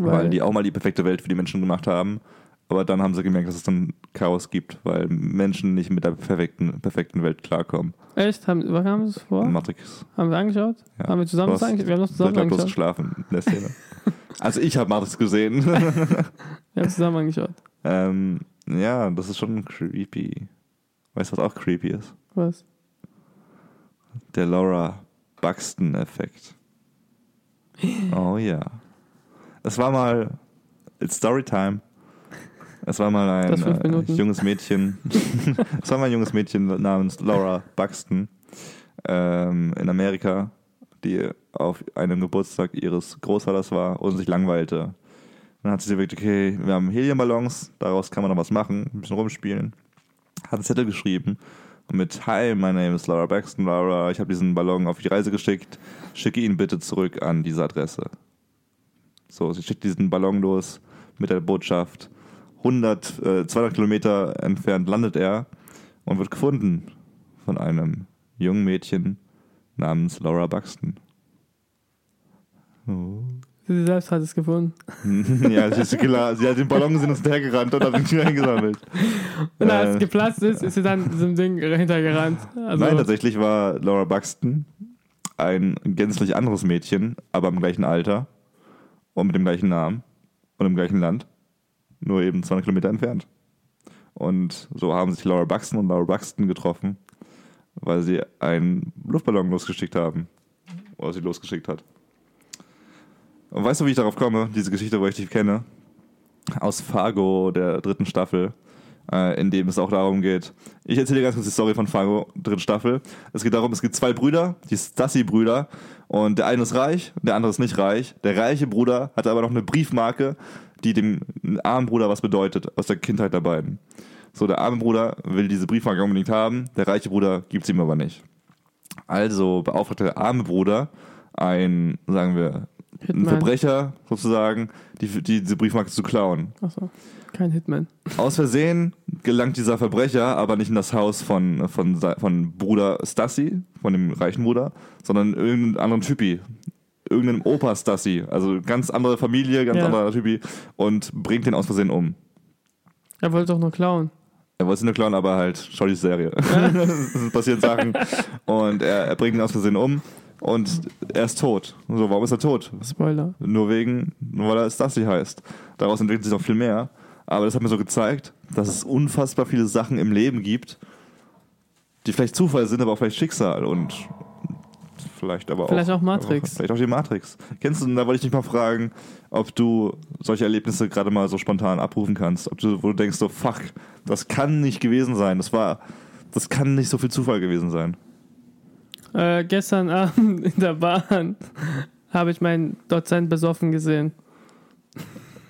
Speaker 1: Weil, die auch mal die perfekte Welt für die Menschen gemacht haben. Aber dann haben sie gemerkt, dass es dann Chaos gibt, weil Menschen nicht mit der perfekten, perfekten Welt klarkommen.
Speaker 2: Echt? Haben, was haben wir das vor?
Speaker 1: Matrix.
Speaker 2: Haben wir angeschaut?
Speaker 1: Ja.
Speaker 2: Haben wir zusammen
Speaker 1: Du
Speaker 2: das
Speaker 1: hast-
Speaker 2: angeschaut? Wir haben das
Speaker 1: Ich
Speaker 2: zusammen
Speaker 1: glaube, du hast
Speaker 2: angeschaut.
Speaker 1: geschlafen in der Szene. also ich habe Matrix gesehen.
Speaker 2: Wir haben zusammen angeschaut.
Speaker 1: ähm, ja, das ist schon creepy. Weißt du, was auch creepy ist?
Speaker 2: Was?
Speaker 1: Der Laura Buxton-Effekt. Oh ja. Es war mal. It's Storytime. Es war mal ein
Speaker 2: Das fünf
Speaker 1: äh,
Speaker 2: Minuten.
Speaker 1: junges Mädchen. es war mal ein junges Mädchen namens Laura Buxton ähm, in Amerika, die auf einem Geburtstag ihres Großvaters war und sich langweilte. Dann hat sie sich überlegt, okay, wir haben Heliumballons, daraus kann man noch was machen, ein bisschen rumspielen. Hat einen Zettel geschrieben mit Hi, my name is Laura Baxton, Laura, ich habe diesen Ballon auf die Reise geschickt, schicke ihn bitte zurück an diese Adresse. So, sie schickt diesen Ballon los mit der Botschaft. 100, äh, 200 Kilometer entfernt landet er und wird gefunden von einem jungen Mädchen namens Laura Buxton. Oh.
Speaker 2: Sie selbst hat es gefunden.
Speaker 1: ja, sie, ist klar. sie hat den Ballon sind uns hergerannt und hat ihn wieder eingesammelt.
Speaker 2: Und als
Speaker 1: Äh.
Speaker 2: es geplatzt ist, ist sie dann diesem Ding hintergerannt. Also,
Speaker 1: Nein, tatsächlich war Laura Buxton ein gänzlich anderes Mädchen, aber im gleichen Alter und mit dem gleichen Namen und im gleichen Land, nur eben 200 Kilometer entfernt. Und so haben sich Laura Buxton und Laura Buxton getroffen, weil sie einen Luftballon losgeschickt haben. Oder sie losgeschickt hat. Und weißt du, wie ich darauf komme, diese Geschichte, wo ich dich kenne? Aus Fargo, der dritten Staffel äh, in dem es auch darum geht. Ich erzähle dir ganz kurz die Story von Fargo, dritte Staffel. Es geht darum, es gibt zwei Brüder, die Stassi-Brüder. Und der eine ist reich, der andere ist nicht reich. Der reiche Bruder hatte aber noch eine Briefmarke, die dem armen Bruder was bedeutet, aus der Kindheit der beiden. So, der arme Bruder will diese Briefmarke unbedingt haben, der reiche Bruder gibt sie ihm aber nicht. Also beauftragt der arme Bruder einen, sagen wir, einen
Speaker 2: Hitman.
Speaker 1: Verbrecher sozusagen, die, die, diese Briefmarke zu klauen.
Speaker 2: Achso, kein Hitman.
Speaker 1: Aus Versehen gelangt dieser Verbrecher aber nicht in das Haus von, von, se- von Bruder Stassi, von dem reichen Bruder, sondern irgendeinen anderen Typi. Irgendeinem Opa Stassi. Also ganz andere Familie, ganz
Speaker 2: Ja.
Speaker 1: anderer Typi. Und bringt den aus Versehen um.
Speaker 2: Er wollte doch nur klauen.
Speaker 1: Er wollte sie nur klauen, aber halt, schau die Serie. es passieren Sachen. Und er, er bringt ihn aus Versehen um. Und er ist tot. So, warum ist er tot?
Speaker 2: Spoiler.
Speaker 1: Nur wegen, nur weil er Stassi heißt. Daraus entwickelt sich noch viel mehr. Aber das hat mir so gezeigt, dass es unfassbar viele Sachen im Leben gibt, die vielleicht Zufall sind, aber auch vielleicht Schicksal und vielleicht aber
Speaker 2: Vielleicht
Speaker 1: auch.
Speaker 2: auch Matrix.
Speaker 1: Vielleicht auch die Matrix. Kennst du, und da wollte ich dich mal fragen, ob du solche Erlebnisse gerade mal so spontan abrufen kannst. Ob du, wo du denkst, so, fuck, das kann nicht gewesen sein. Das war, das kann nicht so viel Zufall gewesen sein.
Speaker 2: Äh, gestern Abend in der Bahn habe ich meinen Dozent besoffen gesehen.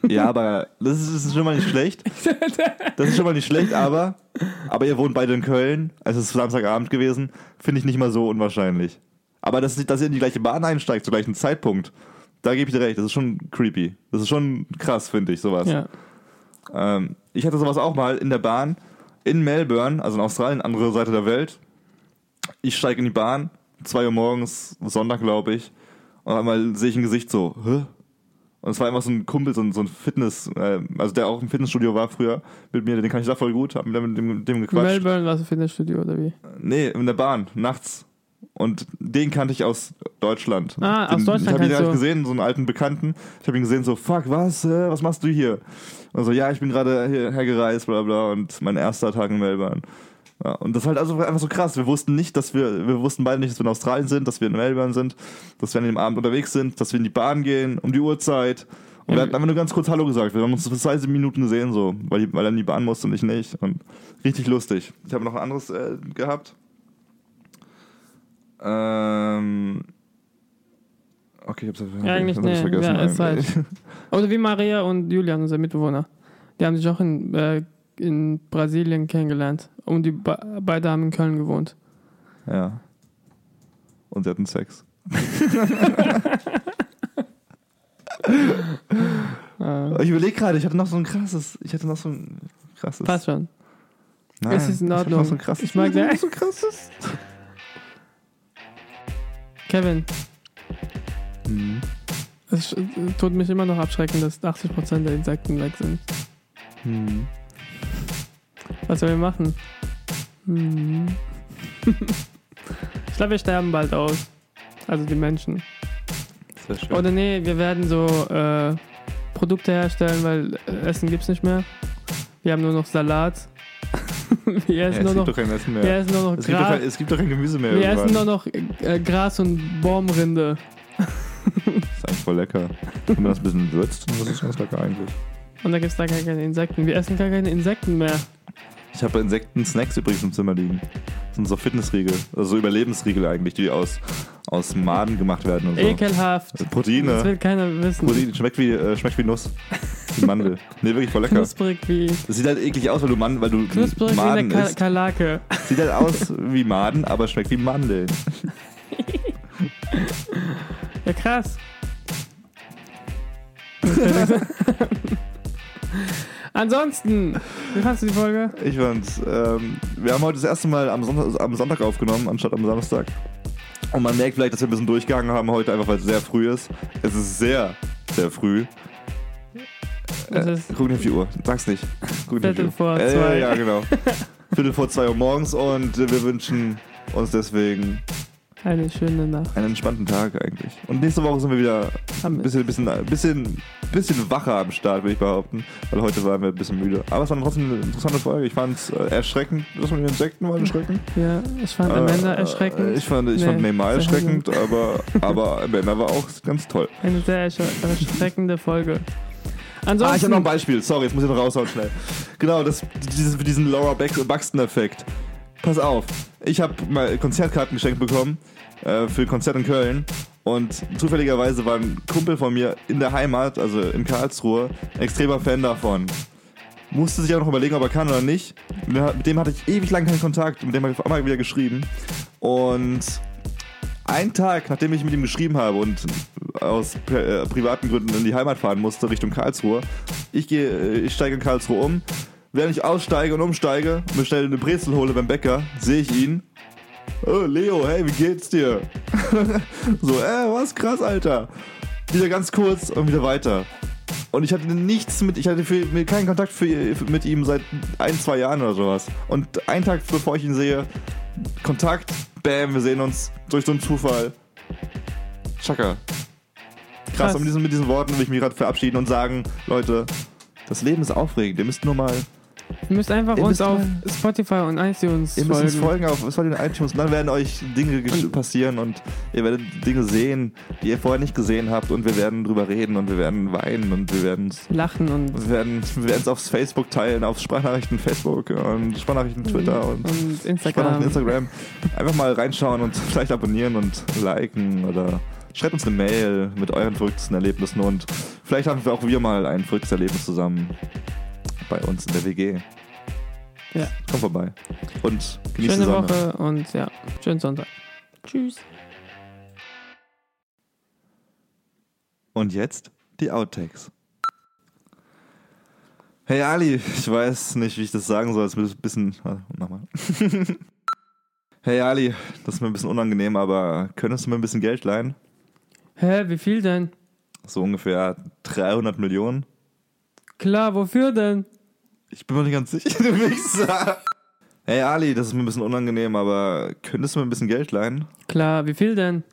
Speaker 1: Ja, aber das ist, das ist schon mal nicht schlecht. Das ist schon mal nicht schlecht, aber, aber ihr wohnt beide in Köln. Es ist Samstagabend gewesen. Finde ich nicht mal so unwahrscheinlich. Aber das, dass ihr in die gleiche Bahn einsteigt, zum gleichen Zeitpunkt, da gebe ich dir recht. Das ist schon creepy. Das ist schon krass, finde ich, sowas.
Speaker 2: Ja.
Speaker 1: Ähm, ich hatte sowas auch mal in der Bahn in Melbourne, also in Australien, andere Seite der Welt. Ich steige in die Bahn, 2 Uhr morgens, Sonntag glaube ich, und auf einmal sehe ich ein Gesicht so, hä? Und es war einfach so ein Kumpel, so ein, so ein Fitness, äh, also der auch im Fitnessstudio war früher mit mir, den kann ich da voll gut, hab mit dem, mit dem, mit dem gequatscht.
Speaker 2: Melbourne war es ein Fitnessstudio oder wie?
Speaker 1: Nee, in der Bahn, nachts. Und den kannte ich aus Deutschland.
Speaker 2: Ah,
Speaker 1: den,
Speaker 2: aus Deutschland
Speaker 1: Ich habe ihn
Speaker 2: kannst
Speaker 1: gar nicht
Speaker 2: du.
Speaker 1: gesehen, so einen alten Bekannten. Ich habe ihn gesehen, so, fuck, was, äh, was machst du hier? Und so, ja, ich bin gerade hierher gereist, bla bla, und mein erster Tag in Melbourne. Ja, und das ist halt also einfach so krass. Wir wussten nicht, dass wir, wir wussten beide nicht, dass wir in Australien sind, dass wir in Melbourne sind, dass wir an dem Abend unterwegs sind, dass wir in die Bahn gehen, um die Uhrzeit. Und wir hatten einfach nur ganz kurz Hallo gesagt. Wir haben uns für 30 Minuten gesehen, so, weil, die- weil er in die Bahn musste und ich nicht. Und richtig lustig. Ich habe noch ein anderes äh, gehabt. Ähm. Okay, ich hab's,
Speaker 2: Ja, eigentlich
Speaker 1: ich hab's
Speaker 2: nee.
Speaker 1: vergessen.
Speaker 2: Ja, ist
Speaker 1: eigentlich.
Speaker 2: Oder Also wie Maria und Julian, unser Mitbewohner. Die haben sich auch in, äh, in Brasilien kennengelernt. Und die be beide haben in Köln gewohnt.
Speaker 1: Ja. Und sie hatten Sex.
Speaker 2: Äh,
Speaker 1: Ich überlege gerade, ich hatte noch so ein krasses. Ich hatte noch so ein krasses.
Speaker 2: passt schon.
Speaker 1: Nein,
Speaker 2: Es ist in
Speaker 1: ich hab
Speaker 2: Ordnung.
Speaker 1: noch So ein krasses
Speaker 2: Ich mag
Speaker 1: Video,
Speaker 2: das.
Speaker 1: so ein krasses.
Speaker 2: Kevin,
Speaker 1: Mhm.
Speaker 2: es sch- tut mich immer noch abschrecken, dass 80% der Insekten weg sind.
Speaker 1: Mhm.
Speaker 2: Was sollen wir machen? Hm. ich glaube, wir sterben bald aus. Also die Menschen.
Speaker 1: Sehr schön.
Speaker 2: Oder nee, wir werden so äh, Produkte herstellen, weil äh, Essen gibt's nicht mehr. Wir haben nur noch Salat. wir
Speaker 1: ja, es gibt
Speaker 2: essen nur noch,
Speaker 1: doch kein Essen mehr.
Speaker 2: wir essen nur noch
Speaker 1: es, gibt doch
Speaker 2: Gras.
Speaker 1: kein, es gibt doch kein Gemüse mehr.
Speaker 2: Wir essen nur
Speaker 1: irgendwann.
Speaker 2: noch äh, Gras und Baumrinde.
Speaker 1: Das ist eigentlich voll lecker. Wenn man das ein bisschen würzt, dann ist es ganz lecker eigentlich.
Speaker 2: Und da gibt's da gar keine Insekten. Wir essen gar keine Insekten mehr.
Speaker 1: Ich habe Insekten-Snacks übrigens im Zimmer liegen. Das sind so Fitnessriegel, also so Überlebensriegel eigentlich, die aus, aus Maden gemacht werden und so.
Speaker 2: Ekelhaft.
Speaker 1: Also
Speaker 2: Das
Speaker 1: Proteine.
Speaker 2: will keiner wissen.
Speaker 1: Protein, schmeckt wie, äh, schmeckt wie Nuss. Wie Mandel. Nee, wirklich voll lecker.
Speaker 2: Knusprig wie.
Speaker 1: Das sieht halt eklig aus, weil du, Man weil du
Speaker 2: Knusprig wie
Speaker 1: Maden
Speaker 2: eine Ka
Speaker 1: isst.
Speaker 2: Kalake.
Speaker 1: Sieht halt aus wie Maden, aber schmeckt wie Mandeln.
Speaker 2: Ja, krass. Ansonsten, wie fandst du die Folge?
Speaker 1: Ich fand's. Ähm, wir haben heute das erste Mal am Sonntag, am Sonntag aufgenommen, anstatt am Samstag. Und man merkt vielleicht, dass wir ein bisschen durchgegangen haben heute, einfach weil es sehr früh ist. Es ist sehr, sehr früh.
Speaker 2: Es
Speaker 1: Äh,
Speaker 2: ist-
Speaker 1: guck nicht auf die Uhr. Sag's nicht. Guck nicht auf die
Speaker 2: Viertel
Speaker 1: Uhr.
Speaker 2: vor
Speaker 1: äh,
Speaker 2: zwei.
Speaker 1: Ja, genau. Viertel vor zwei Uhr morgens und äh, wir wünschen uns deswegen
Speaker 2: Eine schöne Nacht.
Speaker 1: einen entspannten Tag eigentlich. Und nächste Woche sind wir wieder ein
Speaker 2: Am-
Speaker 1: bisschen, bisschen, bisschen, bisschen wacher am Start, würde ich behaupten. Weil heute waren wir ein bisschen müde. Aber es war trotzdem eine interessante Folge. Ich fand es äh, erschreckend, dass man den Insekten mal erschrecken.
Speaker 2: Ja, ich fand Amanda
Speaker 1: Äh,
Speaker 2: erschreckend.
Speaker 1: Ich fand, ich
Speaker 2: Nee,
Speaker 1: fand Neymar
Speaker 2: sehr
Speaker 1: erschreckend, aber, aber Amanda war auch ganz toll.
Speaker 2: Eine sehr ersch- erschreckende Folge.
Speaker 1: Ah, ich habe
Speaker 2: Ansonsten,
Speaker 1: noch ein Beispiel. Sorry, jetzt muss ich noch raushauen schnell. Genau, das, dieses, für diesen Laura Bax- Buxton-Effekt. Pass auf, ich habe mal Konzertkarten geschenkt bekommen äh, für ein Konzert in Köln. Und zufälligerweise war ein Kumpel von mir in der Heimat, also in Karlsruhe, extremer Fan davon. Musste sich aber noch überlegen, ob er kann oder nicht. Mit dem- Mit dem hatte ich ewig lang keinen Kontakt. Mit dem habe ich auf einmal wieder geschrieben. Und einen Tag, nachdem ich mit ihm geschrieben habe und aus pri- äh, privaten Gründen in die Heimat fahren musste, Richtung Karlsruhe, ich, gehe, äh, ich steige in Karlsruhe um. Während ich aussteige und umsteige und mir schnell eine Brezel hole beim Bäcker, sehe ich ihn. Oh, Leo, hey, wie geht's dir? so, äh, was krass, Alter. Wieder ganz kurz und wieder weiter. Und ich hatte nichts mit, ich hatte für, mit keinen Kontakt für, für, mit ihm seit ein, zwei Jahren oder sowas. Und einen Tag bevor ich ihn sehe, Kontakt, bam, wir sehen uns durch so einen Zufall. Chaka. Krass,
Speaker 2: Krass.
Speaker 1: Und mit diesen, mit diesen Worten will ich mich gerade verabschieden und sagen, Leute, das Leben ist aufregend. Ihr müsst nur mal,
Speaker 2: ihr müsst einfach
Speaker 1: Ihr
Speaker 2: uns
Speaker 1: müsst
Speaker 2: auf
Speaker 1: mal-
Speaker 2: Spotify und iTunes
Speaker 1: ihr müsst uns folgen
Speaker 2: folgen.
Speaker 1: auf Spotify und iTunes. Und dann werden euch Dinge gesch- passieren und ihr werdet Dinge sehen, die ihr vorher nicht gesehen habt. Und wir werden drüber reden und wir werden weinen und wir werden uns
Speaker 2: Lachen und,
Speaker 1: Wir werden wir es aufs Facebook teilen, auf Sprachnachrichten Facebook und Sprachnachrichten Twitter und
Speaker 2: Mhm. und Instagram.
Speaker 1: Sprachnachrichten Instagram. Einfach mal reinschauen und vielleicht abonnieren und liken oder schreibt uns eine Mail mit euren verrücktesten Erlebnissen und vielleicht haben wir auch wir mal ein verrücktes Erlebnis zusammen bei uns in der WG.
Speaker 2: Ja.
Speaker 1: Kommt vorbei und genießt die
Speaker 2: Schöne
Speaker 1: Sonne.
Speaker 2: Woche und ja, schönen Sonntag. Tschüss.
Speaker 1: Und jetzt die Outtakes. Hey Ali, ich weiß nicht, wie ich das sagen soll. Es ist ein bisschen. warte, Nochmal. hey Ali, das ist mir ein bisschen unangenehm, aber könntest du mir ein bisschen Geld leihen?
Speaker 2: Hä, wie viel denn?
Speaker 1: So ungefähr 300 Millionen?
Speaker 2: Klar, wofür denn?
Speaker 1: Ich bin mir nicht ganz sicher, du Wichser. Hey Ali, das ist mir ein bisschen unangenehm, aber könntest du mir ein bisschen Geld leihen?
Speaker 2: Klar, wie viel denn?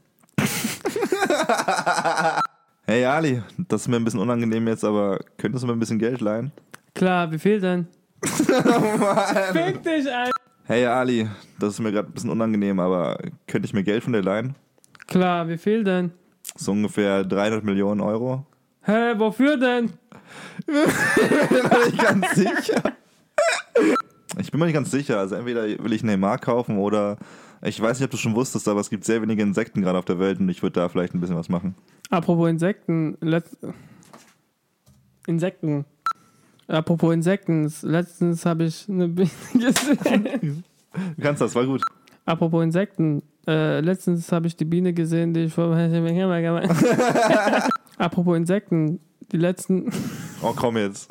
Speaker 1: Hey Ali, das ist mir ein bisschen unangenehm jetzt, aber könntest du mir ein bisschen Geld leihen?
Speaker 2: Klar, wie viel denn? Fick dich, Alter.
Speaker 1: Hey Ali, das ist mir gerade ein bisschen unangenehm, aber könnte ich mir Geld von dir leihen?
Speaker 2: Klar, wie viel denn?
Speaker 1: So ungefähr 300 Millionen Euro.
Speaker 2: Hä, wofür denn?
Speaker 1: Bin mir nicht ganz sicher. Ich bin mir nicht ganz sicher. Also entweder will ich Neymar kaufen oder ich weiß nicht, ob du schon wusstest, aber es gibt sehr wenige Insekten gerade auf der Welt und ich würde da vielleicht ein bisschen was machen.
Speaker 2: Apropos Insekten, letzt Insekten. Apropos Insekten, letztens habe ich eine Biene gesehen.
Speaker 1: Du kannst das, war gut.
Speaker 2: Apropos Insekten, äh, letztens habe ich die Biene gesehen, die ich vorher Apropos Insekten, die letzten
Speaker 1: Oh, komm jetzt.